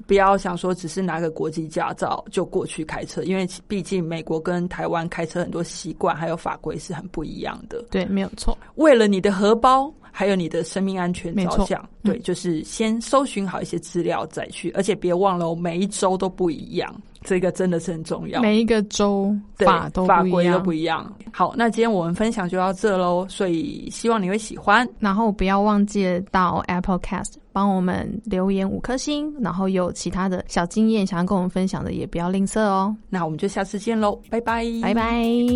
不要想说只是拿个国际驾照就过去开车，因为其毕竟美国跟台湾开车很多习惯还有法规是很不一样的。
对，没有错。
为了你的荷包还有你的生命安全
没
着
错
想，
嗯
对，就是先搜寻好一些资料再去，而且别忘了哦每一周都不一样，这个真的是很重要。
每一个州
对
法都
法
不一
规都
样
不，一样。好，那今天我们分享就到这喽，所以希望你会喜欢。
然后不要忘记到 Apple Cast 帮我们留言五颗星，然后有其他的小经验想要跟我们分享的，也不要吝啬哦。
那我们就下次见喽，拜拜，
拜拜。